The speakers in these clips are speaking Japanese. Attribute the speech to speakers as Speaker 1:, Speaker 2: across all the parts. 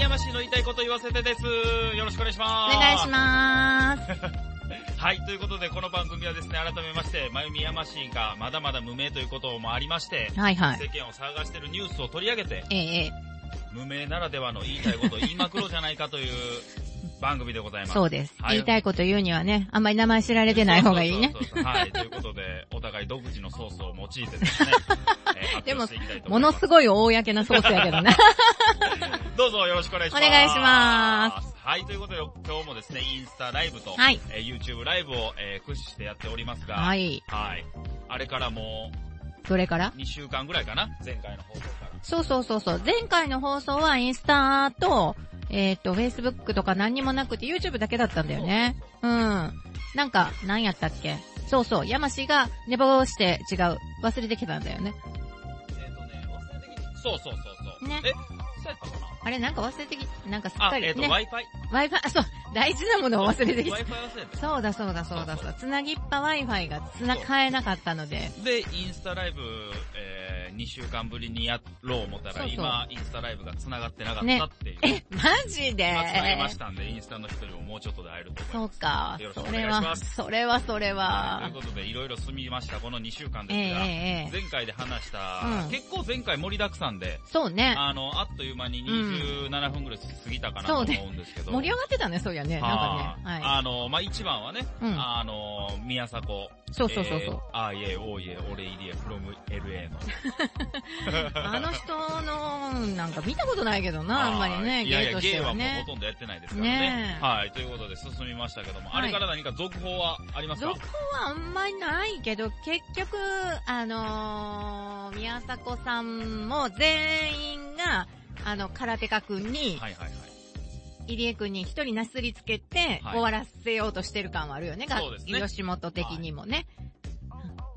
Speaker 1: 山市の言いたいこと言わせてです。よろしくお願いし
Speaker 2: お
Speaker 1: ます。
Speaker 2: 願いしまーす。
Speaker 1: す。はい、ということでこの番組はですね、改めまして、まゆみやましがまだまだ無名ということもありまして、
Speaker 2: はい はい。
Speaker 1: 世間を騒がしてるニュースを取り上げて、
Speaker 2: えええ
Speaker 1: 無名ならではの言いたいことを言いまくろうじゃないかという番組でござい
Speaker 2: え
Speaker 1: ます。
Speaker 2: そうです、
Speaker 1: はい
Speaker 2: 言いたいこと言うにはね、あんまり名前知られてない方がいいね
Speaker 1: そ。うそうそうそうはい。ということで、お互い独自のソースを用いてです ね、えー
Speaker 2: でも
Speaker 1: 発表していきたいと
Speaker 2: も
Speaker 1: 思いま
Speaker 2: の
Speaker 1: す
Speaker 2: すごい公なソースやけ どね。
Speaker 1: どうぞよろしくお願いします。。
Speaker 2: お願いします
Speaker 1: はい、ということで今日もですね、インスタライブと、
Speaker 2: はい
Speaker 1: えー YouTube ライブを、えー駆使してやっておりますが、
Speaker 2: は
Speaker 1: はい。
Speaker 2: い。
Speaker 1: あれからも
Speaker 2: それから
Speaker 1: う2週間ぐらいかな前回の放送から。
Speaker 2: そうそうそうそう。前回の放送はインスタと、えっ、と、Facebook とか何にもなくて YouTube だけだったんだよね。うん。なんか、何やったっけそうそう。山氏が寝坊して違う。忘れてきたんだよね。
Speaker 1: えっ、とね、忘れてきそうそうそうそう。
Speaker 2: ね
Speaker 1: え、そうやったかな
Speaker 2: あれ、なんか忘れてき、なんかすっ
Speaker 1: あ、
Speaker 2: か
Speaker 1: えっ、
Speaker 2: り
Speaker 1: と、
Speaker 2: ね。
Speaker 1: Wi-Fi。
Speaker 2: Wi-Fi、あそう、大事なものを忘れてき
Speaker 1: Wi-Fi
Speaker 2: た。
Speaker 1: 忘れてた。
Speaker 2: そうだそうだそうだそう。つなぎっぱ Wi-Fi がつな、変えなかったので。
Speaker 1: で、インスタライブ、えー、2週間ぶりにやろう思ったら、
Speaker 2: そうそう
Speaker 1: 今、インスタライブが繋がってなかっ
Speaker 2: ね
Speaker 1: たっていう。
Speaker 2: え、マジで
Speaker 1: まあ繋ぎましたんで、インスタの人にももうちょっとで会えると思います。
Speaker 2: そうか
Speaker 1: よろ。しくお
Speaker 2: そ
Speaker 1: 願い
Speaker 2: れ
Speaker 1: しま
Speaker 2: は、
Speaker 1: す
Speaker 2: それはそれ
Speaker 1: はい
Speaker 2: は
Speaker 1: とい。うことで、いろいろ済みました、この2週間
Speaker 2: ええ
Speaker 1: ですが、
Speaker 2: ええええ
Speaker 1: 前回で話した、
Speaker 2: うん
Speaker 1: 結構前回盛りだくさんで、
Speaker 2: そうね。
Speaker 1: あの、あっという間に27分ぐらい過ぎたかなと
Speaker 2: そうね
Speaker 1: 思うんですけど、
Speaker 2: 盛り上がってたね、そうやね。なんかね。
Speaker 1: はい
Speaker 2: は
Speaker 1: あの、まあ、一番はね、
Speaker 2: うん
Speaker 1: あの、宮迫。
Speaker 2: い。そうそうそう
Speaker 1: え
Speaker 2: そう。
Speaker 1: ーあいえ、おいえ、俺入りえ、from LA の。
Speaker 2: あの人の、なんか見たことないけど な、あんまりね、
Speaker 1: いやい
Speaker 2: ゲ
Speaker 1: や、
Speaker 2: イと
Speaker 1: ゲ
Speaker 2: し
Speaker 1: イ
Speaker 2: て
Speaker 1: は
Speaker 2: は
Speaker 1: もう
Speaker 2: ね
Speaker 1: ほ。とんどやってないですからね。
Speaker 2: ねえ
Speaker 1: はい、ということで進みましたけども、
Speaker 2: はい
Speaker 1: あれから何か続報はありますか
Speaker 2: 続報はあんまりないけど、結局、あのー、宮迫さんも全員が、あの、空手家くんに、
Speaker 1: はいはいはい。
Speaker 2: 入江くんに一人なすりつけて、
Speaker 1: はい
Speaker 2: 終わらせようとしてる感はあるよね、が
Speaker 1: そうですね
Speaker 2: 吉本的にもね。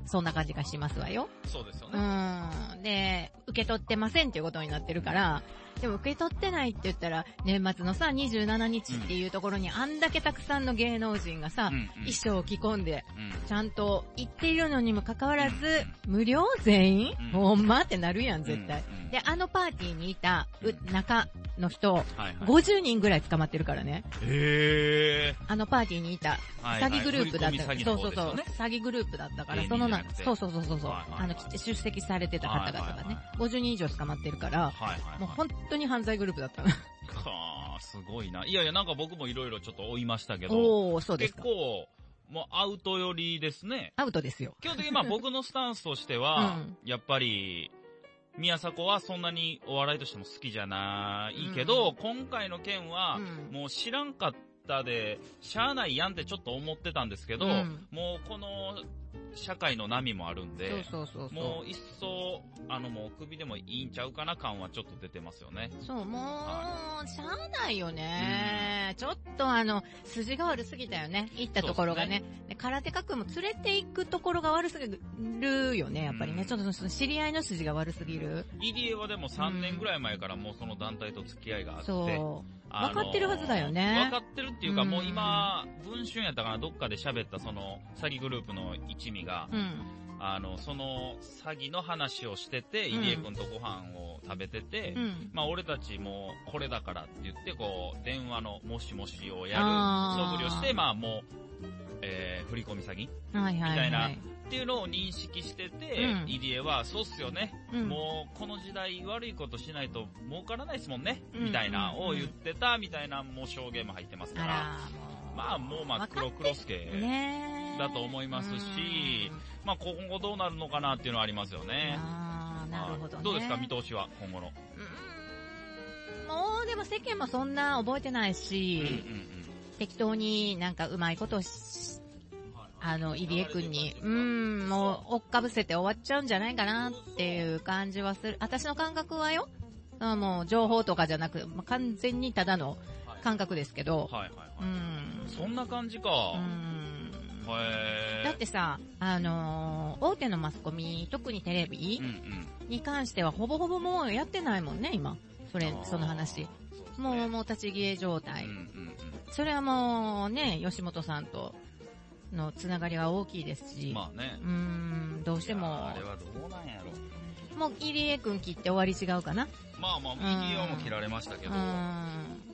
Speaker 2: そんな感じがしますわよ。
Speaker 1: そうですよ
Speaker 2: う
Speaker 1: ね。
Speaker 2: ーん。で、受け取ってませんっていうことになってるから、でも受け取ってないって言ったら、年末のさ、27日っていうところにあんだけたくさんの芸能人がさ、
Speaker 1: うんうん
Speaker 2: 衣装を着込んで、
Speaker 1: うん
Speaker 2: ちゃんと行っているのにもかかわらず、無料全員、
Speaker 1: うん
Speaker 2: ほんまってなるやん、絶対。
Speaker 1: うんうん
Speaker 2: で、あのパーティーにいた、
Speaker 1: う
Speaker 2: う、中の人、
Speaker 1: はいはい。
Speaker 2: 50人ぐらい捕まってるからね。
Speaker 1: へ
Speaker 2: あのパーティーにいた
Speaker 1: ー。はいは
Speaker 2: 詐
Speaker 1: い
Speaker 2: 欺グループだったか
Speaker 1: 振
Speaker 2: ら、
Speaker 1: り込み詐欺
Speaker 2: そ
Speaker 1: の方
Speaker 2: うそう
Speaker 1: です
Speaker 2: そ
Speaker 1: よ
Speaker 2: う
Speaker 1: ね。、
Speaker 2: 詐欺グループだったから、
Speaker 1: 芸人
Speaker 2: その
Speaker 1: じゃ
Speaker 2: な
Speaker 1: なく、て
Speaker 2: そうそうそうそう、そう
Speaker 1: はいはいはい
Speaker 2: あの、き出席されてた方々が
Speaker 1: はいはい
Speaker 2: ね
Speaker 1: は、
Speaker 2: 50人以上捕まってるから、
Speaker 1: はいはいはい。
Speaker 2: もう本当に犯罪グループだったな。
Speaker 1: かーすごいな。いやいや、なんか僕もいろいろちょっと追いましたけど、
Speaker 2: おー、そうです
Speaker 1: 結
Speaker 2: か。
Speaker 1: 構、もうアウト寄りですね。
Speaker 2: アウトですよ。
Speaker 1: 基本的にまあ僕のスタンスとしては、
Speaker 2: うん
Speaker 1: やっぱり、宮迫はそんなにお笑いとしても好きじゃないけど、
Speaker 2: うん
Speaker 1: 今回の件は、
Speaker 2: うん
Speaker 1: もう知らんかったで、しゃあないやんってちょっと思ってたんですけど、
Speaker 2: うん
Speaker 1: もうこの社会の波もあるんで、
Speaker 2: そうそうそうそう。
Speaker 1: もう一層、あのもう首でもいいんちゃうかな感はちょっと出てますよね。
Speaker 2: そう、もう、しゃあないよね。ちょっとあの、筋が悪すぎたよね。行ったところがね。で空手家くんも連れて行くところが悪すぎるよね、やっぱりね。
Speaker 1: うん
Speaker 2: ちょっとその知り合いの筋が悪すぎる。
Speaker 1: 入江はでも3年ぐらい前からもうその団体と付き合いがあって、
Speaker 2: そう。
Speaker 1: あの
Speaker 2: 分かってるはずだよね
Speaker 1: 分かってるっていうか、
Speaker 2: うん
Speaker 1: もう今、文春やったかな、どっかで喋ったその詐欺グループの一味が、
Speaker 2: うん。
Speaker 1: あの、その詐欺の話をしてて、
Speaker 2: うん
Speaker 1: 入江くんとご飯を食べてて、
Speaker 2: うん。
Speaker 1: まあ俺たちもこれだからって言って、こう、電話のもしもしをやる
Speaker 2: あー
Speaker 1: 素振りをして、まあもう、えー、振り込み詐欺
Speaker 2: はいはい、はい。
Speaker 1: みたいなっていうのを認識してて、
Speaker 2: うん
Speaker 1: 入江は、そうっすよね、
Speaker 2: うん
Speaker 1: もうこの時代悪いことしないと儲からないですもんね、
Speaker 2: うん
Speaker 1: みたいなを言ってたみたいなもう証言も入ってますから、
Speaker 2: あら、もう。
Speaker 1: まあもう真っ黒黒助、
Speaker 2: ねえ
Speaker 1: だと思いますしまあ今後どうなるのかなっていうのはありますよ
Speaker 2: うん
Speaker 1: ね。
Speaker 2: ああ、なるほど、
Speaker 1: は
Speaker 2: ね。
Speaker 1: いどうですか見通しは今後の。
Speaker 2: うーんもうでも世間もそんな覚えてない
Speaker 1: うんうん
Speaker 2: し、適当になんかうまいことを
Speaker 1: う
Speaker 2: し、
Speaker 1: んはい
Speaker 2: あの、入江くんに、
Speaker 1: 流れてる
Speaker 2: う
Speaker 1: 感
Speaker 2: ん、もう追っかぶせて終わっちゃうんじゃないかなっていう感じはする。私の感覚はよ、あもう情報とかじゃなく、まあ完全にただの感覚ですけど
Speaker 1: じ、はいはいは
Speaker 2: う
Speaker 1: い。
Speaker 2: ん。
Speaker 1: そんな感じか。
Speaker 2: うん
Speaker 1: へー
Speaker 2: だってさ、あのー大手のマスコミ、特にテレビ
Speaker 1: うんうん。
Speaker 2: に関してはほぼほぼもうやってないもんね、今。それ
Speaker 1: あ、ー
Speaker 2: その話。。
Speaker 1: そうですね
Speaker 2: もう、もう立ち消え状態
Speaker 1: うんう。ん
Speaker 2: それはもうね、吉本さんとのつながりは大きいです
Speaker 1: う
Speaker 2: し、
Speaker 1: ん。まあね
Speaker 2: うー。ん、どうして
Speaker 1: いや
Speaker 2: も
Speaker 1: あ、れはどうなんやろ。
Speaker 2: もう入江くん切って終わり違うかな。
Speaker 1: まあまあ、右側も切られましたけ
Speaker 2: う
Speaker 1: ど、
Speaker 2: ん。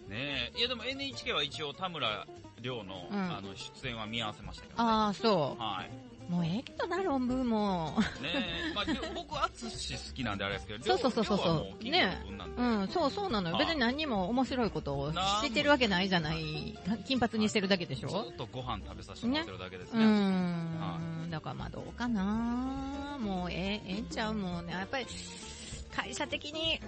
Speaker 1: ねえ。いやでも NHK は一応田村亮の、
Speaker 2: うん
Speaker 1: あの、出演は見合わせましたけどね。
Speaker 2: ああ、そ
Speaker 1: はい。
Speaker 2: う。もうええけどな、論 文も。
Speaker 1: ねえ。まあ、りょ僕、アツシ好きなんであれですけど、
Speaker 2: そうそうそうそうそう
Speaker 1: りょはも金の分なんで。
Speaker 2: うん、そうそうなのよ。
Speaker 1: はい
Speaker 2: 別に何にも面白いことをしてるわけないじゃない。金髪にしてるだけでしょ、
Speaker 1: ずっとご飯食べさせてもらってるだけです
Speaker 2: う
Speaker 1: ね。
Speaker 2: ーん。だからまあどうかなもうええ、ええんちゃうもうね。やっぱり、会社的に、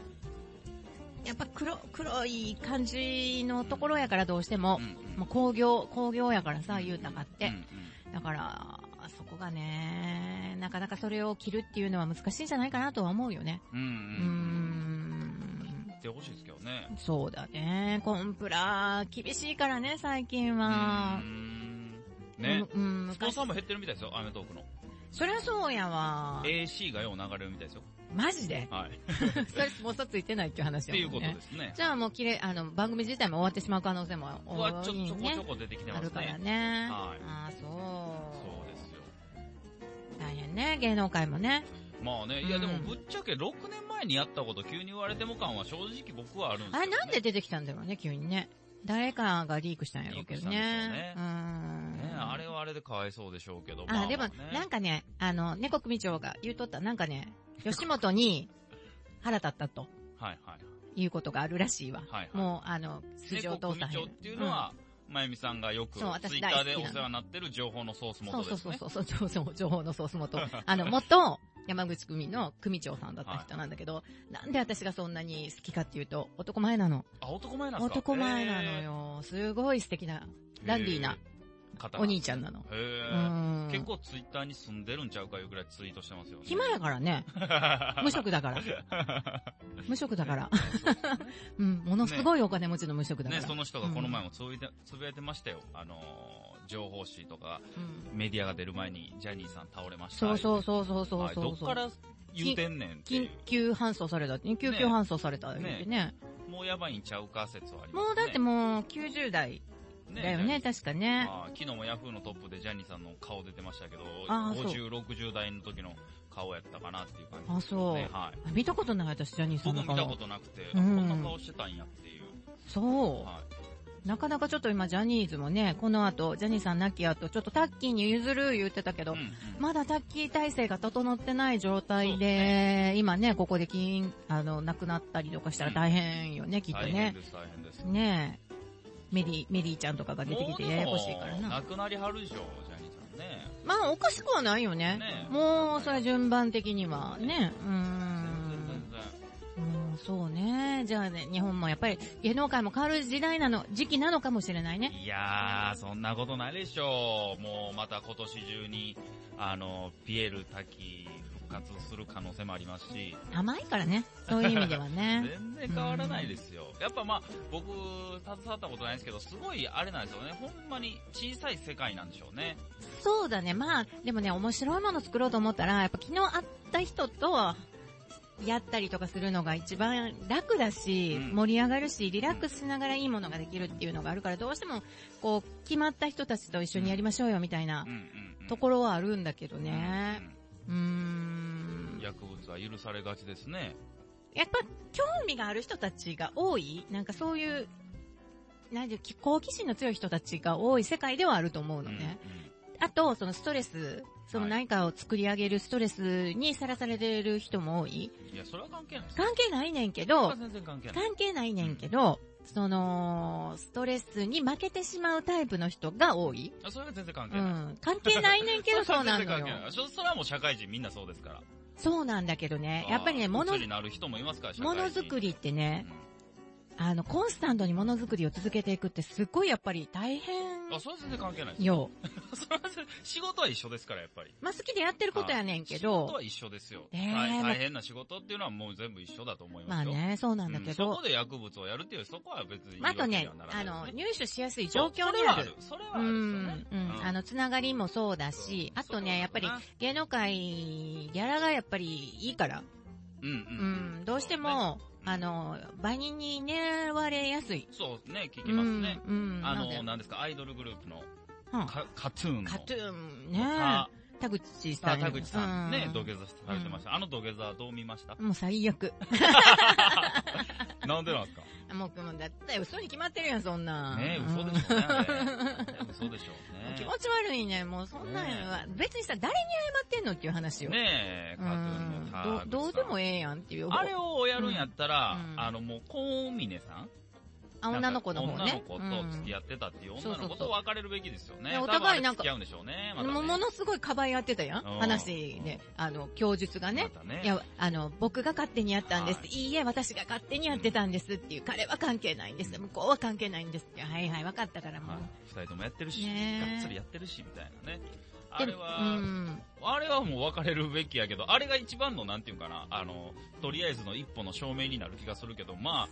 Speaker 2: やっぱ黒、黒い感じのところやからどうしても
Speaker 1: う、んうん
Speaker 2: もう工業、工業やからさ、言うたかっ
Speaker 1: う
Speaker 2: て
Speaker 1: んう。ん
Speaker 2: だから、そこがね、なかなかそれを着るっていうのは難しいんじゃないかなとは思うよね。
Speaker 1: うんう
Speaker 2: うー
Speaker 1: ん。
Speaker 2: ん。
Speaker 1: 言ってほしいですけどね。
Speaker 2: そうだね。コンプラ、厳しいからね、最近は
Speaker 1: うー。んね。
Speaker 2: うん、うん
Speaker 1: スポン
Speaker 2: 昔
Speaker 1: サーも減ってるみたいですよ、アメトークの。
Speaker 2: そりゃそうやわ。
Speaker 1: AC がよう流れるみたいですよ。
Speaker 2: マジ で
Speaker 1: はい。っ
Speaker 2: それもうさついてないっていう話
Speaker 1: ていうこと
Speaker 2: ね
Speaker 1: で。すね。
Speaker 2: じゃあもうきれあの、番組自体も終わってしまう可能性も
Speaker 1: ここは
Speaker 2: 多
Speaker 1: ちょ
Speaker 2: い
Speaker 1: ちょこちょ
Speaker 2: ね。
Speaker 1: こ出てきて
Speaker 2: あ
Speaker 1: ま
Speaker 2: る
Speaker 1: す
Speaker 2: から
Speaker 1: ね。
Speaker 2: ね。
Speaker 1: はい
Speaker 2: ああ、
Speaker 1: そう
Speaker 2: そ
Speaker 1: ですよ。
Speaker 2: う。大変ね、芸能界もね。
Speaker 1: まあね、いや
Speaker 2: うん
Speaker 1: でもぶっちゃけ6年前にやったこと急に言われても感は正直僕はあるんですよ、
Speaker 2: あれ
Speaker 1: ね。
Speaker 2: なんで出てきたんだろうね、急にね。誰かがリークしたんやろうけどね
Speaker 1: リーク。しね、あ
Speaker 2: れ
Speaker 1: れはあれでかわいそうでしょうけど。ま
Speaker 2: あ、でも、なん
Speaker 1: か、
Speaker 2: かね、あの、猫組長が言うとった、なんかね、吉本に腹立ったと
Speaker 1: はいはい。
Speaker 2: いうことがあるらし いわ。
Speaker 1: はいはい
Speaker 2: もう、あの、素性
Speaker 1: 猫
Speaker 2: 通さ
Speaker 1: 組
Speaker 2: へん。
Speaker 1: 長っていうのは、まゆみさんがよくツイ
Speaker 2: そう私
Speaker 1: ッターで
Speaker 2: 大
Speaker 1: お
Speaker 2: 好きなの
Speaker 1: 世話になってる情報のソース
Speaker 2: そ
Speaker 1: 元
Speaker 2: う
Speaker 1: です
Speaker 2: そ
Speaker 1: ね。
Speaker 2: うそうそうそう、情報情報のソース元。 あの、元、山口組の組長さんだった人なんだけど、なんで私がそんなに好きかっていうと、男前なの。
Speaker 1: あ、男前なんですか
Speaker 2: 男前なの。よ。すごい素敵な、ランディー
Speaker 1: へ
Speaker 2: な
Speaker 1: ー方
Speaker 2: お兄
Speaker 1: ち
Speaker 2: ちゃんなの。
Speaker 1: ゃん。へ
Speaker 2: う
Speaker 1: ー
Speaker 2: ん。
Speaker 1: 結構ツイッターに住んでるんちゃうかいうぐらいツイートしてますよね。
Speaker 2: 暇 やからね。無職だから。無職だから。 うん、ものすごいお金持ちの無職だから。
Speaker 1: ね、その人がこの前もつぶやいて、つぶやいてましたよ。あのー、情報誌とか、
Speaker 2: うん
Speaker 1: メディアが出る前にジャニーさん倒れました。
Speaker 2: そう
Speaker 1: う
Speaker 2: そうそうそうそう
Speaker 1: はい、
Speaker 2: そ
Speaker 1: ど
Speaker 2: う
Speaker 1: っ
Speaker 2: そう。
Speaker 1: から言うてんねんってい
Speaker 2: 緊急搬送されたって。救急搬送されたってね。
Speaker 1: う。もうやばいんちゃうか説はあります、ね。
Speaker 2: もうだってもう90代
Speaker 1: う、
Speaker 2: だよね、確かね。
Speaker 1: あー昨日もヤフーのトップでジャニーさんの顔出てましたけど、
Speaker 2: あーそう
Speaker 1: 50、60代の時の顔やったかなっていう感じ
Speaker 2: あ、
Speaker 1: です
Speaker 2: そう。
Speaker 1: ね。はい。
Speaker 2: 見たことない私、ジャニーさん
Speaker 1: 僕
Speaker 2: の
Speaker 1: 見たこ
Speaker 2: 顔。
Speaker 1: となくて、
Speaker 2: うん
Speaker 1: こんな顔してたんやっていう。
Speaker 2: そ。
Speaker 1: はいう
Speaker 2: なかなかちょっと今、ジャニーズもね、この後、ジャニーさん亡き後、ちょっとタッキーに譲る言ってたけど、
Speaker 1: うんうん
Speaker 2: まだタッキー体制が整ってない状態
Speaker 1: そう
Speaker 2: で、
Speaker 1: で
Speaker 2: 今ね、ここで金、あの、亡くなったりとかしたら大変よね、きっと
Speaker 1: 大変
Speaker 2: ね。
Speaker 1: です、大変です。
Speaker 2: ねえ。メリー、メリーちゃんとかが出てきてややこしいか
Speaker 1: も
Speaker 2: ら
Speaker 1: うでも
Speaker 2: な。
Speaker 1: 亡くなりはるでしょ、ジャニーさんね。
Speaker 2: まあ、おかしくはないよね。
Speaker 1: ねえ
Speaker 2: もう、それは順番的にはね。うー
Speaker 1: 全
Speaker 2: ん。
Speaker 1: 然
Speaker 2: うん、そうね。じゃあね、日本もやっぱり芸能界も変わる時代なの、時期なのかもしれない
Speaker 1: 全
Speaker 2: ね。
Speaker 1: 然。いやー、そんなことないでしょう。もうまた今年中に、あの、ピエール滝復活する可能性もありますし、
Speaker 2: 甘いからね。そういう意味で はね。
Speaker 1: 全然変わらないですよ。やっぱまあ、僕、携わったことないんですけど、すごいあれなんですよね。ほんまに小さい世界なんでしょうね。
Speaker 2: そうだね。まあ、でもね、面白いもの作ろうと思ったら、やっぱ昨日会った人と、やったりとかするのが一番楽だし、
Speaker 1: うん
Speaker 2: 盛り上がるし、リラックスしながらいいものができるっていうのがあるから、どうしても、こう、決まった人たちと一緒にやりましょうよみたいな
Speaker 1: うんうん、うん。
Speaker 2: ところはあるんだけど
Speaker 1: ろ
Speaker 2: ね。うーん。
Speaker 1: 薬物は許されがちですね。
Speaker 2: やっぱ興味がある人たちが多い、なんかそういう、なんていうき好奇心の強い人たちが多い世界ではあると思うのね。
Speaker 1: うんうん
Speaker 2: あと、そのストレス、その
Speaker 1: はい
Speaker 2: 何かを作り上げるストレスにさらされてる人も多い。
Speaker 1: いや、それは関係ないです。
Speaker 2: 関係ないねんけ
Speaker 1: それ
Speaker 2: ど
Speaker 1: は、全然関係ない。
Speaker 2: 関係ないねんけど、その、ストレスに負けてしまうタイプの人が多い。
Speaker 1: あそれは全然関係
Speaker 2: う
Speaker 1: ない。
Speaker 2: ん。関係ないねん けど、そうな
Speaker 1: 全然
Speaker 2: の
Speaker 1: 関係な
Speaker 2: よ。
Speaker 1: いそそれはもう社会人みんなそうですから。
Speaker 2: そうなんだけどね。やっぱりね、もの
Speaker 1: に、なる人もいますから、社
Speaker 2: も
Speaker 1: 会人
Speaker 2: のづくりってね、
Speaker 1: う
Speaker 2: あの、コンスタントにものづくりを続けていくってすっごいやっぱり大変
Speaker 1: んあ、それは全然関係ないです。
Speaker 2: よ。
Speaker 1: それは全然仕事は一緒ですから、やっぱり。
Speaker 2: まあ、好きでやってることやねんけ
Speaker 1: 仕事
Speaker 2: ど
Speaker 1: は、一緒ですよ。
Speaker 2: えー
Speaker 1: はい
Speaker 2: まあ
Speaker 1: 大変な仕事っていうのはもう全部一緒だと思い
Speaker 2: ま
Speaker 1: ま
Speaker 2: あ
Speaker 1: すよ。
Speaker 2: ね、そうなんだけ
Speaker 1: うん
Speaker 2: ど
Speaker 1: そこ、で薬物をやるっていう、そこは別に。
Speaker 2: まああとね、あの、入手しやすい状況にある。
Speaker 1: そうそれは
Speaker 2: う
Speaker 1: ある。それ
Speaker 2: ん、う
Speaker 1: はあるですよね。
Speaker 2: ん、あの、つながりもそうだし、
Speaker 1: うん
Speaker 2: あとね、やっぱり
Speaker 1: そうなんだ、
Speaker 2: 芸能界、ギャラがやっぱりいいから、
Speaker 1: うん、
Speaker 2: う
Speaker 1: うんうん。
Speaker 2: ん、どうしても、あの、売人に狙われやすい。
Speaker 1: そうね、聞
Speaker 2: う
Speaker 1: きます
Speaker 2: ん、
Speaker 1: ね。
Speaker 2: うん、
Speaker 1: あ
Speaker 2: なので
Speaker 1: の、、なんですか、アイドルグループの
Speaker 2: うん
Speaker 1: カ、カトゥーンの。
Speaker 2: カトゥーン
Speaker 1: とか
Speaker 2: ね、田口さ
Speaker 1: あ
Speaker 2: ん。
Speaker 1: 田口さんね、土
Speaker 2: 下
Speaker 1: 下座してされてました。あの土下座はどう見ま した
Speaker 2: もう最悪。
Speaker 1: なんでなんですか
Speaker 2: もう、もうだって嘘に決まってるやん、そんな。
Speaker 1: ね
Speaker 2: うん
Speaker 1: 嘘でしょうね。あれ嘘でしょ
Speaker 2: もう気
Speaker 1: う
Speaker 2: 持ち悪いね。もうそんなんは、別にさ、誰に謝ってんのっていう話
Speaker 1: ね。
Speaker 2: よ。
Speaker 1: ねえ、
Speaker 2: う
Speaker 1: カートゥーンの田口さ
Speaker 2: ん。
Speaker 1: ん。
Speaker 2: どう、どうでもええやんっていう。
Speaker 1: あれをやるんやったら
Speaker 2: う、ん
Speaker 1: あのもう、高峰さん
Speaker 2: あ女の子の方ね。
Speaker 1: 女の子と付き合ってたっていう女の子と別れるべきですよね。
Speaker 2: そうそうそうねお互いなん
Speaker 1: 多
Speaker 2: か
Speaker 1: 分あれ付き合うんでしょうね。また
Speaker 2: うん
Speaker 1: ね
Speaker 2: もうものすごいかばい合ってたやん。
Speaker 1: うん
Speaker 2: 話で。あの、供述がね
Speaker 1: ま。たね。
Speaker 2: いや、あの、僕が勝手にやったんです。
Speaker 1: はい
Speaker 2: い、いえ、私が勝手にやってたんですっていう、彼は関係ないんです。向こうは関係ないんですって。はいはい、分かったからもう。
Speaker 1: はい二人ともやってるし、
Speaker 2: ねえ
Speaker 1: がっつりやってるし、みたいなね。あ
Speaker 2: で
Speaker 1: れ
Speaker 2: も
Speaker 1: は、
Speaker 2: うん。
Speaker 1: あれはもう別れるべきやけど、あれが一番の、なんていうかな、あの、とりあえずの一歩の証明になる気がするけど、まあ、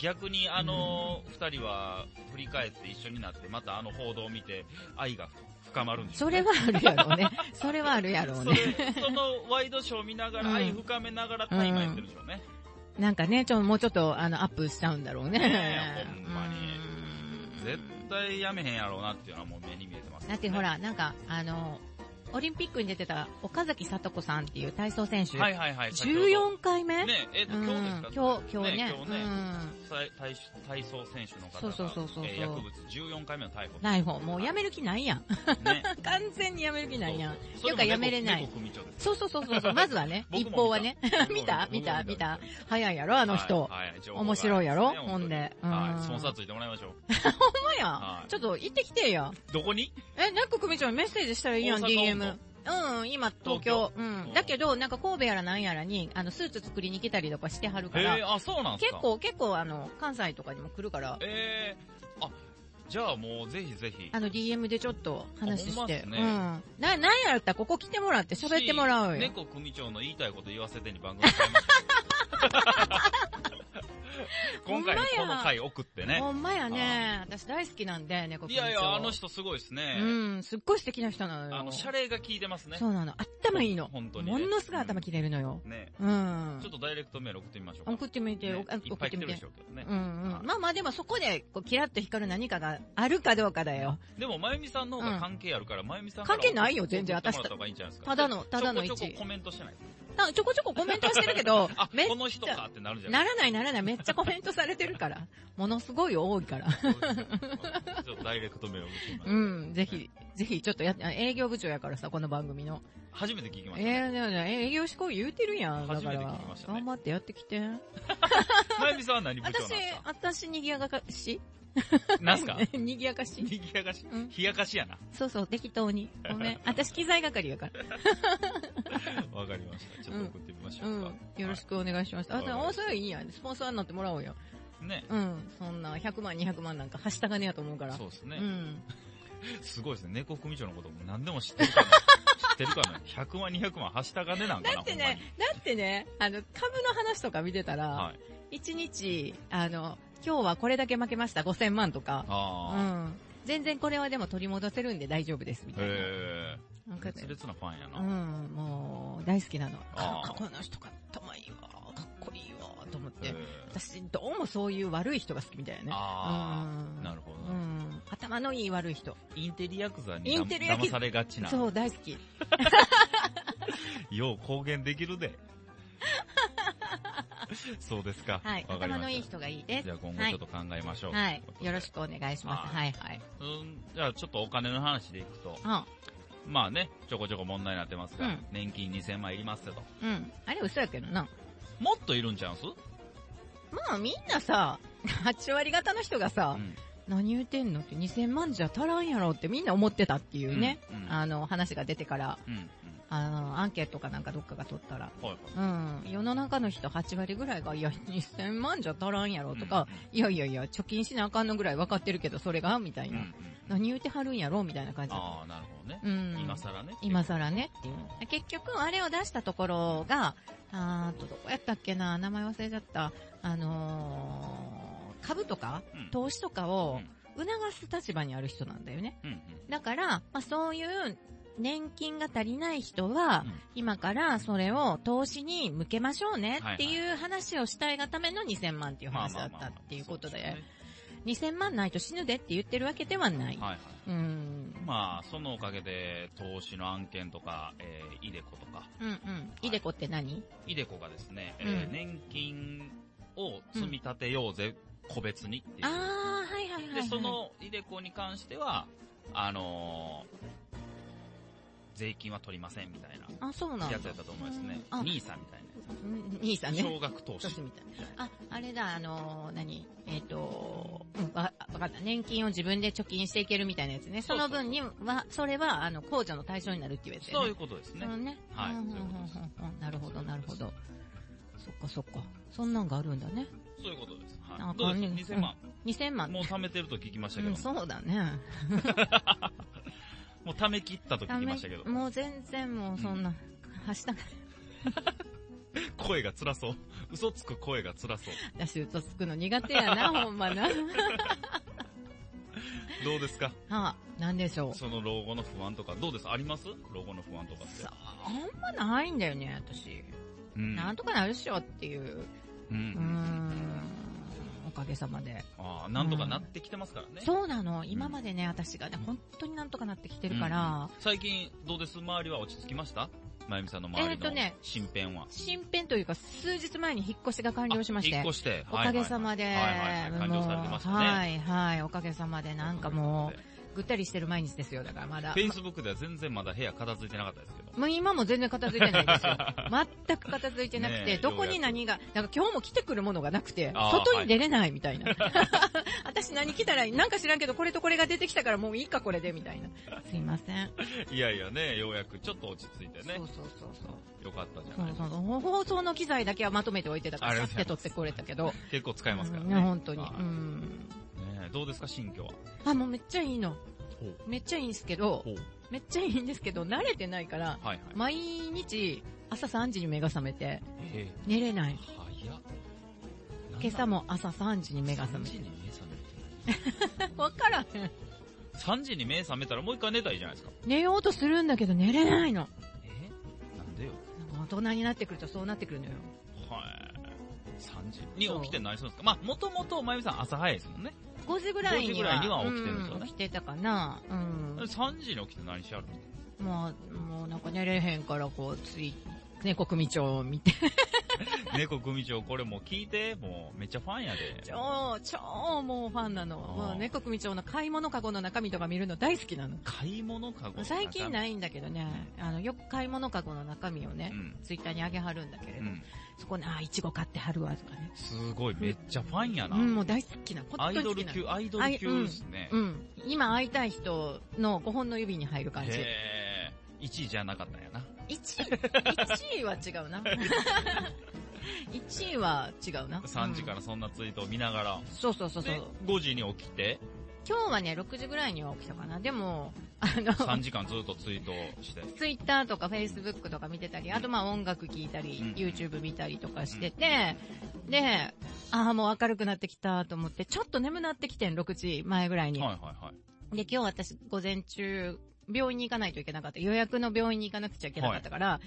Speaker 1: 逆にあの、二人は振り返って一緒になって、またあの報道を見て、愛が深まるんでしょ
Speaker 2: それはあるやろう ね。それはあるやろう
Speaker 1: そ
Speaker 2: ね。
Speaker 1: れ、そのワイドショー見なが
Speaker 2: うん
Speaker 1: ら、愛深めながらタイマーやってるんでしょうね。
Speaker 2: なんかね、ちょ、もうちょっと、あの、アップしちゃうんだろうね。
Speaker 1: ねえほんまに
Speaker 2: うん
Speaker 1: 絶対やめへんやろうなっていうのはもう目に見えてます、ね。
Speaker 2: だってほ、ら、なんか、あの、オリンピックに出てた岡崎里子さんっていう体操選手。
Speaker 1: はいはいはい。先ほど
Speaker 2: 14回目、
Speaker 1: ねえ、えっと、
Speaker 2: うん
Speaker 1: 今日ですか
Speaker 2: 今日、今日ね。
Speaker 1: 今日ね、
Speaker 2: うん
Speaker 1: 体体体操選手の方
Speaker 2: そう
Speaker 1: が、
Speaker 2: そうそうそうそう
Speaker 1: えー薬物14回目の逮捕。
Speaker 2: ない方、もうやめる気ないやん。
Speaker 1: ね。
Speaker 2: 完全にやめる気ないやん。
Speaker 1: それ
Speaker 2: よくはやめれない
Speaker 1: 猫組長です
Speaker 2: そうそうそうそうそう、まずはね、
Speaker 1: 僕
Speaker 2: 一
Speaker 1: も
Speaker 2: 報はね。見た見
Speaker 1: 僕も
Speaker 2: た見た早いやろ、あ
Speaker 1: あ
Speaker 2: の人。
Speaker 1: はい、はい情報が
Speaker 2: 面白いやろ、
Speaker 1: ね
Speaker 2: ほんで。うん
Speaker 1: はい、スポンサーついてもらいましょう。
Speaker 2: ほんまや
Speaker 1: は。い
Speaker 2: ちょっと行ってきてよ。
Speaker 1: どこに
Speaker 2: え、ナック組長にメッセージしたらいいやん、
Speaker 1: 大阪温度
Speaker 2: DM。うん、今、東京。うん。だけど、なんか神戸やらなんやらに、あの、スーツ作りに来たりとかしてはるか
Speaker 1: へえ
Speaker 2: ら、
Speaker 1: ー、あ、そうなんす
Speaker 2: 結
Speaker 1: か。。
Speaker 2: 構、結構、あの、関西とかにも来るから、
Speaker 1: えー、あ、じゃあもうぜひぜひ。
Speaker 2: あの、DM でちょっと話
Speaker 1: ほ
Speaker 2: し。
Speaker 1: んまってす
Speaker 2: うん。
Speaker 1: ね
Speaker 2: な、なんやったらここ来てもらって喋ってもらうよ。
Speaker 1: 猫組長の言いたいこと言わせてに番組変え ましょう今回のこの回送ってね。
Speaker 2: ほんまやね。私大好きなんで、猫
Speaker 1: い
Speaker 2: 組長。
Speaker 1: やいや、あの人すごいですね。
Speaker 2: うん、すっごい素敵な人なのよ。
Speaker 1: あの、シャレが効いてますね。
Speaker 2: そうなの。頭いいの。
Speaker 1: 本当に
Speaker 2: も
Speaker 1: ね。
Speaker 2: のすごい頭切れるのよ。
Speaker 1: ね。
Speaker 2: うん
Speaker 1: ちょ。っとダイレクトメール送ってみましょうか。
Speaker 2: 送ってみて、
Speaker 1: ね
Speaker 2: おあ
Speaker 1: いっ
Speaker 2: 送
Speaker 1: ぱ
Speaker 2: っ
Speaker 1: い来
Speaker 2: て
Speaker 1: て
Speaker 2: み
Speaker 1: るで
Speaker 2: て
Speaker 1: し。ょうけどね
Speaker 2: う。んうん
Speaker 1: は。い
Speaker 2: まあまあでもそこで、こう、キラッと光る何かがあるかどうかだよ。
Speaker 1: でも、まゆみさんの方が関係あるから、まゆみさんから
Speaker 2: 関係ないよ全然
Speaker 1: 送ってもらった方がいいんじゃないですか。
Speaker 2: ただの、ただの
Speaker 1: ちょこちょ
Speaker 2: 一
Speaker 1: こコ。メントしてない。、
Speaker 2: たちょこちょこコメントはしてるけど
Speaker 1: あ、
Speaker 2: め
Speaker 1: この人かってなるじゃない
Speaker 2: ならないならない。めっちゃコメントされてるから。ものすごい多いから。
Speaker 1: ちょっとダイレクトメール送ってみま
Speaker 2: う
Speaker 1: す。
Speaker 2: ん、ぜひ、ぜひ、ちょっとや、営業部長やからさ、この番組の。
Speaker 1: 初めて聞きましたね。
Speaker 2: えー、でもね、営業志向言うてるやん。だ
Speaker 1: 初
Speaker 2: か
Speaker 1: め
Speaker 2: ら
Speaker 1: て聞きましたね
Speaker 2: 頑張ってやってきて。
Speaker 1: まゆみさんは何部長なん
Speaker 2: 私
Speaker 1: です、
Speaker 2: 私、にぎやかし
Speaker 1: かなんすか
Speaker 2: にぎやかし
Speaker 1: にぎやかし
Speaker 2: うん
Speaker 1: 冷やかしやな。
Speaker 2: そうそう、適当に。ご めん。私、機材係やから。
Speaker 1: わかりました。ちょっと送ってみましょ
Speaker 2: う
Speaker 1: うんか。。
Speaker 2: よろしくお願いします。あ、
Speaker 1: わ
Speaker 2: そ
Speaker 1: かり
Speaker 2: う
Speaker 1: ました
Speaker 2: それいいやん。スポンサーになってもらおうよ。
Speaker 1: く。ね。
Speaker 2: うん。そんな、100万、200万なんか、はした金やと思うから。
Speaker 1: そうです
Speaker 2: う
Speaker 1: ね。
Speaker 2: ん。
Speaker 1: すごいですね。猫組長のことも何でも知ってるから、知って るからね。100万、200万、はした金なんかな。
Speaker 2: だってね、だってね、あの、株の話とか見てた
Speaker 1: ほんまに。
Speaker 2: ら
Speaker 1: は、い。
Speaker 2: 1日、あの、今日はこれだけ負けました、5000万とか。う
Speaker 1: あ
Speaker 2: ん。全然これはでも取り戻せるんで大丈夫です、み
Speaker 1: あ。
Speaker 2: たいな。
Speaker 1: へえ。
Speaker 2: なんかね
Speaker 1: 熱烈なファンや
Speaker 2: う
Speaker 1: な。
Speaker 2: ん、もう、大好きなの。
Speaker 1: あ
Speaker 2: あ
Speaker 1: ー
Speaker 2: この人が頭いいわ、かっこいいわ、と思っ
Speaker 1: へえ
Speaker 2: て。私、どうもそういう悪い人が好きみたいなね。
Speaker 1: あ
Speaker 2: う
Speaker 1: あ。
Speaker 2: ん
Speaker 1: なるほど
Speaker 2: う
Speaker 1: な。
Speaker 2: ん。頭のいい悪い人。
Speaker 1: インテリヤクザに
Speaker 2: インテリヤク
Speaker 1: 騙されがちな。
Speaker 2: そう、大好き。
Speaker 1: よう公言でき るで。そうですか。
Speaker 2: はい。
Speaker 1: わかり
Speaker 2: 頭
Speaker 1: ま
Speaker 2: のい
Speaker 1: し
Speaker 2: い
Speaker 1: た。
Speaker 2: 人がいいです
Speaker 1: じゃ。あ今後ちょっと考えましょう。
Speaker 2: はい。よろ
Speaker 1: く。
Speaker 2: しくお願いします。は、
Speaker 1: はい
Speaker 2: はい。
Speaker 1: うん、じゃあちょっとお金の話でいくと、
Speaker 2: あ、
Speaker 1: まあね、ちょこちょこ問題になってますが、
Speaker 2: うん
Speaker 1: 年金2000万いりますよと。
Speaker 2: うん。あれ嘘やけどな。
Speaker 1: もっといるんちゃうんす
Speaker 2: まあみんなさ、8割 方の人が
Speaker 1: う
Speaker 2: さ、
Speaker 1: ん。
Speaker 2: 何言うてんのって2000万じゃ足らんやろってみんな思ってたっていうね。
Speaker 1: うん。うん
Speaker 2: あの、話が出てから、
Speaker 1: うん。うん。
Speaker 2: あの、アンケートかなんかどっかが取ったら。
Speaker 1: はいはい。
Speaker 2: うん。世の中の人8割ぐらいが、いや、2000万じゃ足らんやろとか、いやいやいや、貯金しなあかんのぐらい分かってるけど、それがみた
Speaker 1: う
Speaker 2: い
Speaker 1: ん、うん。う
Speaker 2: な。
Speaker 1: ん
Speaker 2: 何言うてはるんやろみたいな感じだった。
Speaker 1: ああ、なるほどね。
Speaker 2: うん。
Speaker 1: 今更ね。
Speaker 2: 今更ねっていう
Speaker 1: うん。
Speaker 2: 結局、あれを出したところが、あーと、どこやったっけな、名前忘れちゃった。あのー、株とか、
Speaker 1: うん
Speaker 2: 投資とかを促す立場にある人なんだよね。
Speaker 1: うん。うん。
Speaker 2: だから、まあ、そういう年金が足りない人は、
Speaker 1: うん
Speaker 2: 今からそれを投資に向けましょうねっていう話をしたいがための2000万っていう
Speaker 1: まあ
Speaker 2: 話
Speaker 1: ま
Speaker 2: だ
Speaker 1: あ
Speaker 2: っ
Speaker 1: まあま
Speaker 2: た
Speaker 1: あ
Speaker 2: っていうこと
Speaker 1: そ
Speaker 2: で
Speaker 1: すね。
Speaker 2: 2000万ないと死ぬでって言ってるわけではない。
Speaker 1: はいはい。
Speaker 2: うん。
Speaker 1: まあ、そのおかげで、投資の案件とか、えー、イデコとか、
Speaker 2: うんうん。イデコって何
Speaker 1: イデコがですね、え
Speaker 2: う
Speaker 1: ー
Speaker 2: ん
Speaker 1: 年金を積み立てようぜ、個別にっていう。
Speaker 2: あー、はいはいはい、は
Speaker 1: で、
Speaker 2: い。
Speaker 1: そ、のイデコに関しては、あのー税金は取りませんみたいな
Speaker 2: あ、そうなんだ
Speaker 1: やつだったと思いますね。
Speaker 2: あ
Speaker 1: 兄さんみたい
Speaker 2: うん兄さん
Speaker 1: な
Speaker 2: ね
Speaker 1: やつ。。少額投資
Speaker 2: 年。みたいな。あ、あれだ、あのー何えっ、とうんわ、わかった。年金を自分で貯金していけるみたいなやつね。その分には、それは、あの、控除の対象になるって言われて、ね。
Speaker 1: そういうことですね。
Speaker 2: うんね。
Speaker 1: はい
Speaker 2: うんうんうんうんうんなるほど、なるほど。そっかそっか。そんなんがあるんだね。
Speaker 1: そういうことです。
Speaker 2: な
Speaker 1: は
Speaker 2: ん
Speaker 1: い。
Speaker 2: か
Speaker 1: どう
Speaker 2: ね
Speaker 1: ですか2000万。
Speaker 2: 2000万。
Speaker 1: もう貯めてると聞きましたけ
Speaker 2: う
Speaker 1: ど
Speaker 2: ん、
Speaker 1: も。
Speaker 2: そうだね。
Speaker 1: もう貯め切ったと聞きましたけど。
Speaker 2: もう全然もうそんな、はしたか
Speaker 1: 声が辛そう。嘘つく声が辛そう。
Speaker 2: 私嘘つくの苦手 やな、ほんまな。は
Speaker 1: どうですか
Speaker 2: あ、なんでしょう。
Speaker 1: その老後の不安とか、どうですあります老後の不安とかって
Speaker 2: さ。あ、あんまないんだよね、私。
Speaker 1: うん
Speaker 2: なんとかなるっしょっていう。
Speaker 1: う
Speaker 2: うー
Speaker 1: ん。
Speaker 2: ん。おかげさまで。
Speaker 1: ああ、なんとかなってきてますからね。
Speaker 2: そうなの。今までね、私がね、本当になんとかなってきてるから、
Speaker 1: 最近、どうです周りは落ち着きましたまゆみさんの周
Speaker 2: え
Speaker 1: り
Speaker 2: ーと
Speaker 1: の
Speaker 2: ね
Speaker 1: 身辺は。
Speaker 2: 新編というか、数日前に引っ越しが完
Speaker 1: あ
Speaker 2: 了しまして
Speaker 1: 引っ。越して。
Speaker 2: おかげさまで、
Speaker 1: はいはいはい。完了されてました
Speaker 2: もう
Speaker 1: ね。
Speaker 2: はいはい、おかげさまで、なんかもう、ぐったりしてる毎日ですよ、だからまだ。
Speaker 1: Facebook では全然まだ部屋片付いてなかったですけど。
Speaker 2: もう今も全然片付いてないんで すよ。全く片付いてなく
Speaker 1: ねえ
Speaker 2: て、どこに何が、なんか今日も来てくるものがなくて、
Speaker 1: あー
Speaker 2: 外に出れないみたいな。 私何来たらいいなんか知らんけど、これとこれが出てきたからもういいかこれで、みたいな。すいません。
Speaker 1: いやいやね、ようやくちょっと落ち着いてね
Speaker 2: そう。そうそうそう。
Speaker 1: よかったじゃ
Speaker 2: そ
Speaker 1: ないうです
Speaker 2: そ
Speaker 1: か
Speaker 2: うそう放送の機材だけはまとめておいてたから、
Speaker 1: あり
Speaker 2: さ
Speaker 1: が
Speaker 2: っ
Speaker 1: とうございま
Speaker 2: て取
Speaker 1: す
Speaker 2: ってこれたけど。
Speaker 1: 結構使えますから
Speaker 2: うん
Speaker 1: ね。
Speaker 2: 本当に。う
Speaker 1: はい
Speaker 2: ん。
Speaker 1: ねえどうですか心境は。
Speaker 2: あ、もうめっちゃいいの。
Speaker 1: ほう。
Speaker 2: めっちゃいいんですけど、
Speaker 1: ほう。
Speaker 2: めっちゃいいんですけど、慣れてないか
Speaker 1: は
Speaker 2: ら、
Speaker 1: いはい。
Speaker 2: 毎日朝3時に目が覚めて、
Speaker 1: ええ
Speaker 2: 寝れない。
Speaker 1: 早っ。
Speaker 2: 今朝も朝3時に目が覚
Speaker 1: 3
Speaker 2: め
Speaker 1: 時
Speaker 2: て。
Speaker 1: に目覚めるっ
Speaker 2: わからへん。
Speaker 1: て何 ?3 時に目覚めたらもう一回寝たらいいじゃないですか。
Speaker 2: 寝ようとするんだけど寝れないの。
Speaker 1: えなんでよ。
Speaker 2: なんか大人になってくるとそうなってくるのよ。
Speaker 1: はい。3時に起きて何するんですかまあ、もともと、まゆみさん朝早いですもんね。
Speaker 2: 5時ぐらい
Speaker 1: 5時
Speaker 2: に
Speaker 1: ぐらい
Speaker 2: は。
Speaker 1: には起きてるんですよね
Speaker 2: うん起きてたかな。うん。
Speaker 1: 3時に起きて何しはるんですか
Speaker 2: もう、もうなんか寝れへんから、こう、つい、猫組長を見て。
Speaker 1: 猫組長、これもう聞いて、もうめっちゃファンやで。
Speaker 2: 超、超もうファンなの。
Speaker 1: あー
Speaker 2: もう猫組長の買い物カゴの中身とか見るの大好きなの。
Speaker 1: 買い物かご。。
Speaker 2: 最近ないいんだけどね、あの、よく買い物カゴの中身を
Speaker 1: う
Speaker 2: ね、
Speaker 1: ん。
Speaker 2: ツイッターにあげはるんだけれ
Speaker 1: う
Speaker 2: ど、
Speaker 1: ん。
Speaker 2: そこに、あー、いちご買ってはるわ、とかね。
Speaker 1: すごい、めっちゃファンやな
Speaker 2: う。ん、もう大好きな、
Speaker 1: ア
Speaker 2: 本
Speaker 1: イド
Speaker 2: 当に好き
Speaker 1: ル
Speaker 2: な。
Speaker 1: 級、アイドル級ですね。
Speaker 2: うん。今会いたい人の5本の指に入る感じ。
Speaker 1: へえ。1位じゃなかったんやな。
Speaker 2: 1位、1位は違 うな。1位は違うな。
Speaker 1: 3時か
Speaker 2: う
Speaker 1: ら
Speaker 2: ん
Speaker 1: そんなツイートを見ながら。
Speaker 2: そうそうそうそう
Speaker 1: で。、5時に起き て、
Speaker 2: 今日はね、6時ぐらいには起きたかな。でも、あの、
Speaker 1: 3時間ずっとツイートして。
Speaker 2: ツイッターとかフェイスブックとか見てたり、あとまあ音楽聴いたり、
Speaker 1: うん
Speaker 2: YouTube 見たりとかしてて、で、ああ、もう明るくなってきたと思って、ちょっと眠なってきてん、6時前ぐらいに。
Speaker 1: はいはいはい。
Speaker 2: で、今日私午前中、病院に行かないといけなかった。予約の病院に行かなくちゃいけなかったから、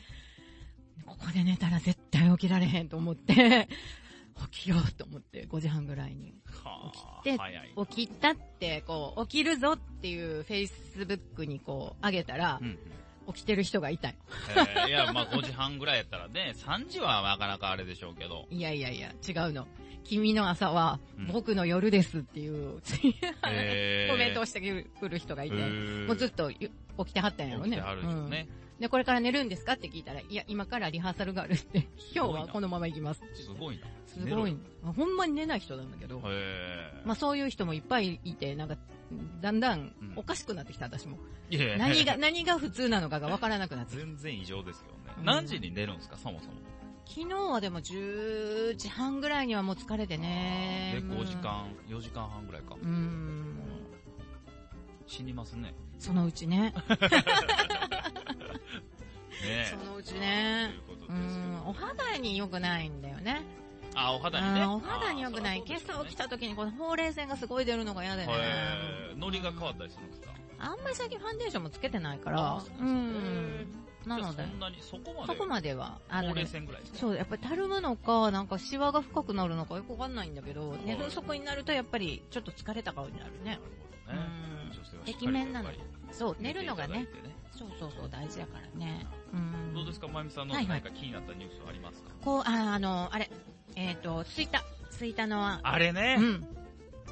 Speaker 2: ここで寝たら絶対起きられへんと思って、 起きようと思って、5時半ぐらいに。
Speaker 1: はあ
Speaker 2: 起きて
Speaker 1: 早い。
Speaker 2: 起きたって、こう、起きるぞっていうフェイスブックにこう、上げたら
Speaker 1: う、んうん
Speaker 2: 起きてる人がいたよ。
Speaker 1: えーいや、まあ5時半ぐらいやったらね、3時はなかなかあれでしょうけど。
Speaker 2: いやいやいや、違うの。君の朝は
Speaker 1: うん、
Speaker 2: 僕の夜ですっていう、
Speaker 1: えー
Speaker 2: コメントをしてくる人がいて、も
Speaker 1: も
Speaker 2: うずっとゆ起きてはったんやろ
Speaker 1: 起
Speaker 2: ね。
Speaker 1: きてはるんですね。
Speaker 2: で、これから寝るんですかって聞いたら、いや、今からリハーサルがあるって、今日はこのまま行きます。
Speaker 1: すごいな。
Speaker 2: す
Speaker 1: 寝ろ
Speaker 2: ご
Speaker 1: よ
Speaker 2: い。。ほんまに寝ない人なんだけど、
Speaker 1: へー
Speaker 2: まあそういう人もいっぱいいて、なんか、だんだん
Speaker 1: うん
Speaker 2: おかしくなってきた、私も。
Speaker 1: いやいや
Speaker 2: 何が、何が普通なのかがわからなくなっ て。
Speaker 1: 全然異常ですよね
Speaker 2: う。ん
Speaker 1: 何時に寝るんですか、そもそも。
Speaker 2: 昨日はでも10時半ぐらいにはもう疲れてね。
Speaker 1: で、5時。間、4時間半ぐらいか。
Speaker 2: うん。
Speaker 1: 死にますね。
Speaker 2: そのうちね。
Speaker 1: ね
Speaker 2: そのうち
Speaker 1: と
Speaker 2: ね
Speaker 1: い。うこと
Speaker 2: う
Speaker 1: ですけ
Speaker 2: ん。お
Speaker 1: ど。
Speaker 2: 肌に良くないんだよね。
Speaker 1: あ、お
Speaker 2: う
Speaker 1: 肌にね。
Speaker 2: ん。お肌に良くない。今朝起き
Speaker 1: た。
Speaker 2: た時にこのほうれい線がすごい出るのが嫌だよね。
Speaker 1: へーノリが変わったりするんですか
Speaker 2: あんまり最近ファンデーションもつけてないか
Speaker 1: あ
Speaker 2: ら
Speaker 1: そう、
Speaker 2: う
Speaker 1: なん
Speaker 2: ん。なの
Speaker 1: じゃ
Speaker 2: で
Speaker 1: あそん、なに、そこまで。
Speaker 2: そこまでは、あ
Speaker 1: ほ
Speaker 2: の
Speaker 1: うれ
Speaker 2: ね
Speaker 1: い、線ぐらいですか
Speaker 2: そう、やっぱりたるむのか、なんかシワが深くなるのかよくわかんないんだけど、寝不足になるとやっぱりちょっと疲れた顔になる
Speaker 1: な
Speaker 2: ね
Speaker 1: る。ほ
Speaker 2: う
Speaker 1: どね。
Speaker 2: ん。
Speaker 1: 女性は
Speaker 2: 壁面なの
Speaker 1: しっかりとやっぱり
Speaker 2: そう、寝るのがね
Speaker 1: 寝、ていただいて
Speaker 2: そうそうそう、大事だからね。うん。
Speaker 1: どうですか、まゆみさんの
Speaker 2: はいは
Speaker 1: 何
Speaker 2: い
Speaker 1: か気になったニュースはありますか
Speaker 2: こう、あ、あの、あれ、えっ、と、スイタ、スイタのは、
Speaker 1: あれ
Speaker 2: う
Speaker 1: ね。
Speaker 2: ん、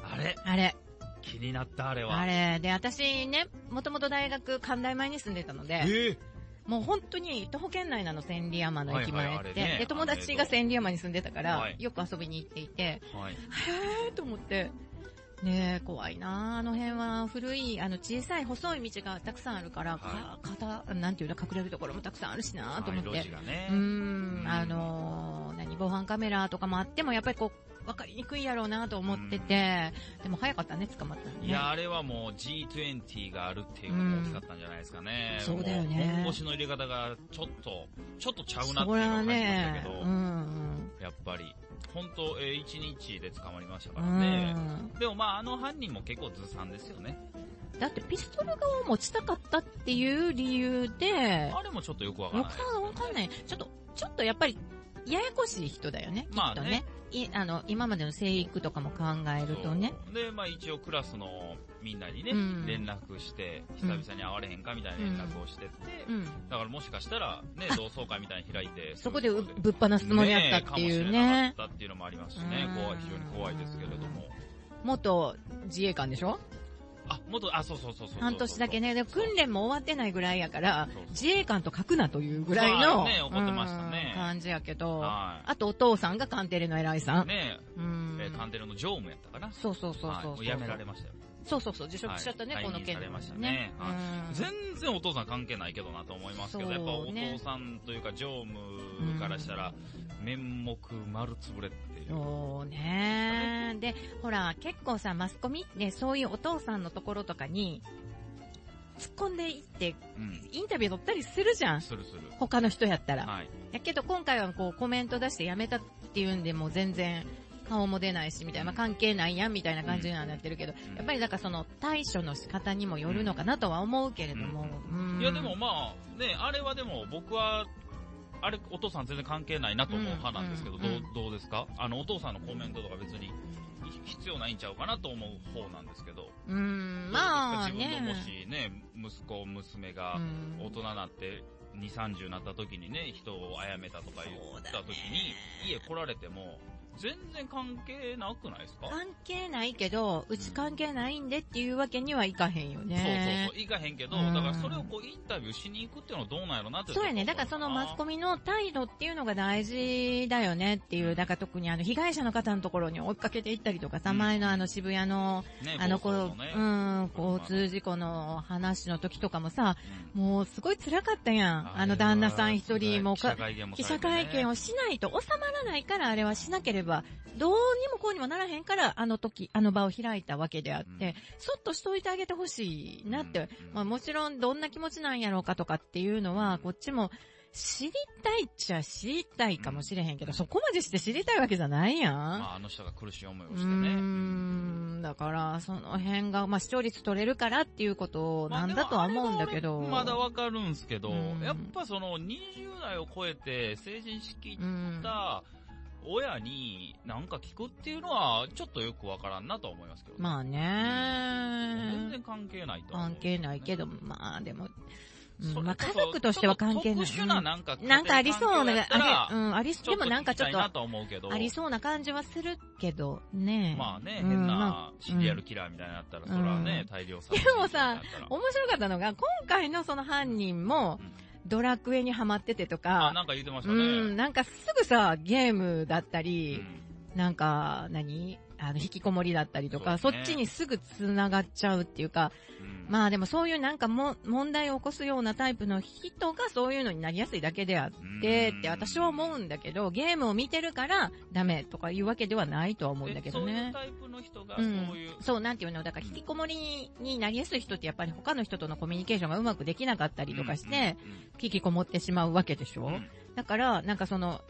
Speaker 1: あれ。
Speaker 2: あれ、
Speaker 1: 気になった、あれは。
Speaker 2: あれ、で、私ね、もともと大学、関大前に住んでたので、
Speaker 1: ええ
Speaker 2: もう本当に、徒歩圏内なの、千里山の駅前って、
Speaker 1: はいはいあれね
Speaker 2: で、友達が千里山に住んでたから、
Speaker 1: はい
Speaker 2: よく遊びに行っていて、
Speaker 1: はい。
Speaker 2: へーと思って、ねえ、怖いなああの辺は古い、あの小さい細い道がたくさんあるから、
Speaker 1: は
Speaker 2: か、かた、なんていうの、隠れるところもたくさんあるしなあと思って
Speaker 1: はい路。地がね
Speaker 2: うー。ん、あのー何、防犯カメラとかもあっても、やっぱりこう、わかりにくいやろうなと思ってて、でも早かったね、捕まったのね。
Speaker 1: いや、あれはもう G20 があるっていうのが大きかったんじゃないですかね。
Speaker 2: うんそうだよ
Speaker 1: も
Speaker 2: ね
Speaker 1: う本腰の入れ方がちょっと、ちょっとちゃうなって
Speaker 2: そ
Speaker 1: いう
Speaker 2: れ
Speaker 1: のを
Speaker 2: は
Speaker 1: 感じましたけ
Speaker 2: ね
Speaker 1: ど、、
Speaker 2: うん、
Speaker 1: やっぱり、本当えー、1日で捕まりました
Speaker 2: う
Speaker 1: からね。
Speaker 2: ん。
Speaker 1: でもまああの犯人も結構ずさんですよね。
Speaker 2: だってピストル側を持ちたかったっていう理由で、
Speaker 1: あれもちょっとよくわから
Speaker 2: わ
Speaker 1: ない。
Speaker 2: かんわかんない。ちょっと、ちょっとやっぱり、ややこしい人だよね、き
Speaker 1: まあ
Speaker 2: っ
Speaker 1: ね
Speaker 2: とね。い、あの、今までの生育とかも考えるとね。
Speaker 1: そうで、まあ一応クラスのみんなにね、
Speaker 2: うん
Speaker 1: 連絡して、久々に会われへんかみたいな連絡をしてって、
Speaker 2: うん。
Speaker 1: だからもしかしたらね、同窓会みたいに開いて、
Speaker 2: そこでうぶっ放すつもりだったってい
Speaker 1: え。かもしれ
Speaker 2: うね
Speaker 1: なかったっていうのもありますしね、
Speaker 2: うん
Speaker 1: 怖い、非常に怖いですけれども。
Speaker 2: 元自衛官でしょ
Speaker 1: あ、もっと、あ、そうそうそうそうそうそう
Speaker 2: 半年だけね。で、訓練も終わってないぐらいやから
Speaker 1: そうそう、
Speaker 2: 自衛官と書くなというぐらいの、
Speaker 1: まあね怒ってましたね
Speaker 2: うん感じやけど、あ
Speaker 1: は
Speaker 2: とお父さんが官邸の偉いさ
Speaker 1: い。
Speaker 2: ん。
Speaker 1: ね
Speaker 2: う
Speaker 1: え、え
Speaker 2: ん
Speaker 1: ー、カンテレの常務やったかな。
Speaker 2: そうそうそう
Speaker 1: はい
Speaker 2: そ
Speaker 1: も
Speaker 2: うそう。
Speaker 1: やめられましたよ。
Speaker 2: そうそうそう、辞職しちゃったね、
Speaker 1: はい
Speaker 2: この件
Speaker 1: 退任さ
Speaker 2: で
Speaker 1: れ
Speaker 2: も
Speaker 1: ましたね
Speaker 2: うん
Speaker 1: 全然お父さん関係ないけどなと思いますけど、
Speaker 2: そうね
Speaker 1: やっぱお父さんというか常務からしたら、面目丸つぶれっていう。
Speaker 2: そうね。で、ほら、結構さ、マスコミって、そういうお父さんのところとかに、突っ込んでいって、
Speaker 1: うん。
Speaker 2: インタビュー取ったりするじゃん。
Speaker 1: するする。
Speaker 2: 他の人やったら。
Speaker 1: はい。
Speaker 2: やけど今回はこうコメント出してやめたっていうんでもう全然顔も出ないしみたいな、まあ関係ないやんみたいな感じにはなってるけど、
Speaker 1: うん
Speaker 2: やっぱりだからその対処の仕方にもよるのかなとは思うけれども。うん
Speaker 1: いやでも、まあ、ね、あれはでも僕は、あれ、お父さん全然関係ないなと思う派なんですけど、
Speaker 2: うん
Speaker 1: どう
Speaker 2: うん
Speaker 1: どうですかあの、お父さんのコメントとか別に必要ないんちゃうかなと思う方なんですけど。
Speaker 2: うん、まあ
Speaker 1: どうですか自分の
Speaker 2: ね
Speaker 1: も。しね、息子、娘
Speaker 2: う
Speaker 1: が
Speaker 2: ん
Speaker 1: 大人になって、2、30になった時にね、人を殺めたとか言
Speaker 2: そう
Speaker 1: っ
Speaker 2: だ
Speaker 1: た時に、家来られても、全然関係なくないですか
Speaker 2: 関係ないけど、うち関係ないんでっていうわけにはいかへんよ
Speaker 1: そうそう
Speaker 2: ね。
Speaker 1: そう、行かへんけど、
Speaker 2: うん
Speaker 1: だからそれをこうインタビューしに行くっていうのはどうなんやろなって。
Speaker 2: そうやね。だからそのマスコ
Speaker 1: ミ
Speaker 2: ミの態度っていうのが大事だよねっていう。だから特にあの被害者の方のところに追っかけていったりとかさ、
Speaker 1: うん
Speaker 2: 前のあの渋谷の
Speaker 1: ね、
Speaker 2: あの
Speaker 1: 暴走
Speaker 2: 頃、
Speaker 1: ね
Speaker 2: うん、
Speaker 1: 車の
Speaker 2: 交通事故の話の時とかもさ、
Speaker 1: うん
Speaker 2: もうすごい辛かったやん。あの旦那さん一人も
Speaker 1: 記者
Speaker 2: か、
Speaker 1: 会見も
Speaker 2: 記者会見
Speaker 1: を
Speaker 2: をしないと収まらないから、あれはしなければ、どうにもこうにもならへんから、あの時、あの場を開いたわけであって、
Speaker 1: うん
Speaker 2: そっとしといてあげてほしいなって、
Speaker 1: うん
Speaker 2: まあもちろんどんな気持ちなんやろうかとかっていうのは、こっちも、知りたいっちゃ知りたいかもしれへんけど、そこまでして知りたいわけじゃないやん。
Speaker 1: まあ、あの人が苦しい思いを
Speaker 2: う
Speaker 1: し
Speaker 2: ー
Speaker 1: てね。
Speaker 2: ん、だから、その辺が、まあ、視聴率取れるからっていうことなんだとは思うんだけど。
Speaker 1: まだわかるんすけど、
Speaker 2: うん
Speaker 1: やっぱその20代を超えて成人式行
Speaker 2: う
Speaker 1: っ
Speaker 2: ん。
Speaker 1: た親になんか聞くっていうのはちょっとよくわからんなとは思いますけどね。
Speaker 2: まあ
Speaker 1: 全
Speaker 2: ね
Speaker 1: 然関係ないとは思う
Speaker 2: 関
Speaker 1: んですよね、
Speaker 2: 係ないけど、まあでも、うん
Speaker 1: それ
Speaker 2: まあ
Speaker 1: こそ
Speaker 2: 家族としては関係ない。
Speaker 1: ちょっと特殊ななんか、
Speaker 2: うんなんかありそうな、
Speaker 1: 家庭環境やったら
Speaker 2: あれ、うん、あり、でもなんかちょっ
Speaker 1: 聞きたいな
Speaker 2: と、
Speaker 1: とは思うけど。
Speaker 2: ありそうな感じはするけど、ね
Speaker 1: まあね、
Speaker 2: うん
Speaker 1: 変
Speaker 2: ま
Speaker 1: なシリアルキラーみたいになったら、そらね
Speaker 2: うん、
Speaker 1: 大量殺人
Speaker 2: でもさ
Speaker 1: みたいになったら、
Speaker 2: 面白かったのが、今回のその犯人も
Speaker 1: うん、
Speaker 2: ドラクエにハマっててと
Speaker 1: あ、
Speaker 2: か、
Speaker 1: なんか言ってまし
Speaker 2: う
Speaker 1: たね。うん
Speaker 2: ん、なんかすぐさ、ゲームだったり、なんか、何あの、引きこもりだったりとか、
Speaker 1: そ
Speaker 2: そ,、
Speaker 1: うね
Speaker 2: っちにすぐ繋がっちゃうっていうか、
Speaker 1: うん
Speaker 2: まあでもそういうなんかも、問題を起こすようなタイプの人がそういうのになりやすいだけであって、
Speaker 1: うん
Speaker 2: って私は思うんだけど、ゲームを見てるからダメとかいうわけではないとは思うんだけど
Speaker 1: えそういう
Speaker 2: ね。
Speaker 1: タイプの人が、
Speaker 2: う
Speaker 1: そうんいう、
Speaker 2: そう、なんていうの、だから引きこもりになりやすい人ってやっぱり他の人とのコミュニケーションがうまくできなかったりとかして、引きこもってしまうわけでしょ、
Speaker 1: うん、うんうん
Speaker 2: だから、なんかその、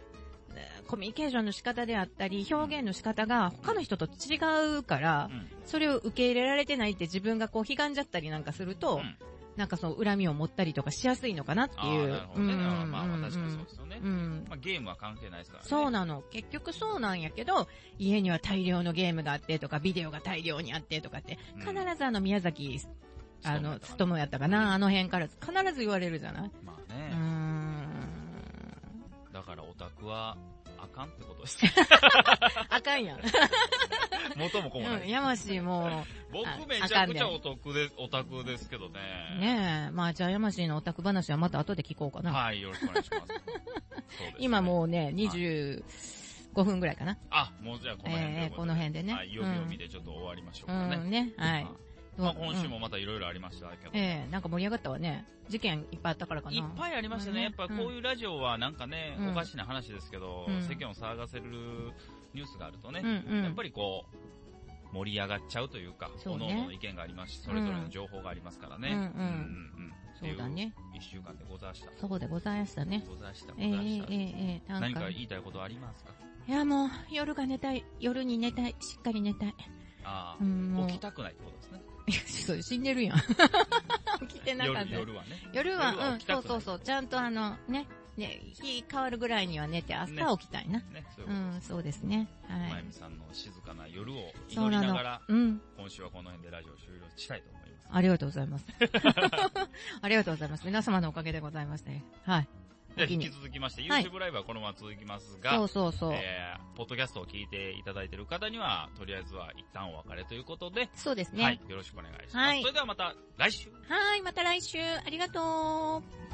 Speaker 2: えーコミュニケーションの仕方であったり、表現の仕方が他の人と違うから、
Speaker 1: うん
Speaker 2: それを受け入れられてないって自分がこう、悲願じゃったりなんかすると、
Speaker 1: うん
Speaker 2: なんかそう、恨みを持ったりとかしやすいのかなって
Speaker 1: あ
Speaker 2: い
Speaker 1: ー
Speaker 2: う。
Speaker 1: なるほどね。
Speaker 2: うん
Speaker 1: あーまあまあ
Speaker 2: うん
Speaker 1: 確かにそうですよね。
Speaker 2: うん。
Speaker 1: まあゲームは関係ないですからね。
Speaker 2: そうなの。結局そうなんやけど、家には大量のゲームがあってとか、ビデオが大量にあってとかって、
Speaker 1: うん
Speaker 2: 必ずあの宮崎、あ
Speaker 1: 勤めた
Speaker 2: の、勤務やったかな、あの辺から必ず言われるじゃないう
Speaker 1: まあ
Speaker 2: ー
Speaker 1: ね、
Speaker 2: ん。
Speaker 1: だからオタクはあかんってことです。
Speaker 2: あかんやん。
Speaker 1: 元も子もないで
Speaker 2: う
Speaker 1: す
Speaker 2: ん、やましも
Speaker 1: 僕
Speaker 2: あ
Speaker 1: めちゃくちゃオタクで、オタクですけどね。
Speaker 2: う、ねえ、まあじゃあやましのオタク話はまた後で聞こうかな。
Speaker 1: はい、よろしくお願い します。そうですね
Speaker 2: 今もうね、25分ぐらいかな。
Speaker 1: あ、もうじゃあこの辺で、
Speaker 2: えーこの辺でね
Speaker 1: はい、読み読みでちょっと終わりましょう
Speaker 2: う
Speaker 1: かね。
Speaker 2: ん、ね、はい。
Speaker 1: まあ今週
Speaker 2: う
Speaker 1: も
Speaker 2: ん。
Speaker 1: またいろいろありましたけど。
Speaker 2: ええなんか盛り上がったわね。事件いっぱいあったからかな。
Speaker 1: いっぱいありましたね。やっぱこういうラジオはなんかね、
Speaker 2: うん
Speaker 1: おかしな話ですけど、
Speaker 2: うん
Speaker 1: 世間を騒がせるニュースがあるとね、
Speaker 2: うんうん
Speaker 1: やっぱりこう、盛り上がっちゃうというか、
Speaker 2: そうね
Speaker 1: 各々の意見がありますし、それぞれの情報がありますからね。
Speaker 2: うんうん
Speaker 1: うんうんってい
Speaker 2: そうだね。
Speaker 1: 一週間でございました。
Speaker 2: そうでございましたね。
Speaker 1: ございました、ござい
Speaker 2: えええ
Speaker 1: ました。
Speaker 2: えええなん
Speaker 1: 何
Speaker 2: か
Speaker 1: か言いたいことありますか
Speaker 2: いやもう、夜が寝たい。夜に寝たい。しっかり寝たい。
Speaker 1: あ
Speaker 2: う
Speaker 1: あ、
Speaker 2: ん、もう。
Speaker 1: 起きたくないってことですね。
Speaker 2: いや そう死んで るやん。起きてなかった。
Speaker 1: 夜
Speaker 2: 夜
Speaker 1: 夜はね。
Speaker 2: は、
Speaker 1: 夜は
Speaker 2: う
Speaker 1: 起
Speaker 2: ん、
Speaker 1: きたく
Speaker 2: そ
Speaker 1: な
Speaker 2: う
Speaker 1: い
Speaker 2: そうそう。ちゃんとあの、ね、ね、日変わるぐらいには寝て、
Speaker 1: ね
Speaker 2: 朝起きたいな。
Speaker 1: ね、そういううこと
Speaker 2: ん、そうですね。は
Speaker 1: まゆ
Speaker 2: い
Speaker 1: み。さんの静かな夜を
Speaker 2: そ
Speaker 1: 祈
Speaker 2: う
Speaker 1: り
Speaker 2: な
Speaker 1: な
Speaker 2: の
Speaker 1: がら、。
Speaker 2: うん。
Speaker 1: 今週はこの辺でラジオ終了したいと思います。
Speaker 2: ありがとうござい ます。ありがとうございます。皆様のおかげでございまして。はい。
Speaker 1: では
Speaker 2: 次
Speaker 1: 引
Speaker 2: に
Speaker 1: き続きまして、
Speaker 2: はい
Speaker 1: YouTube ライブはこのまま続きます
Speaker 2: そ
Speaker 1: が
Speaker 2: う、そうそう。
Speaker 1: えー、ポッドキャストを聞いていただいている方には、とりあえずは一旦お別れということで、
Speaker 2: そうです
Speaker 1: は
Speaker 2: ね
Speaker 1: い。、よろしくお願いします。
Speaker 2: はい
Speaker 1: それではまた来週
Speaker 2: はい、また来週。ありがとう。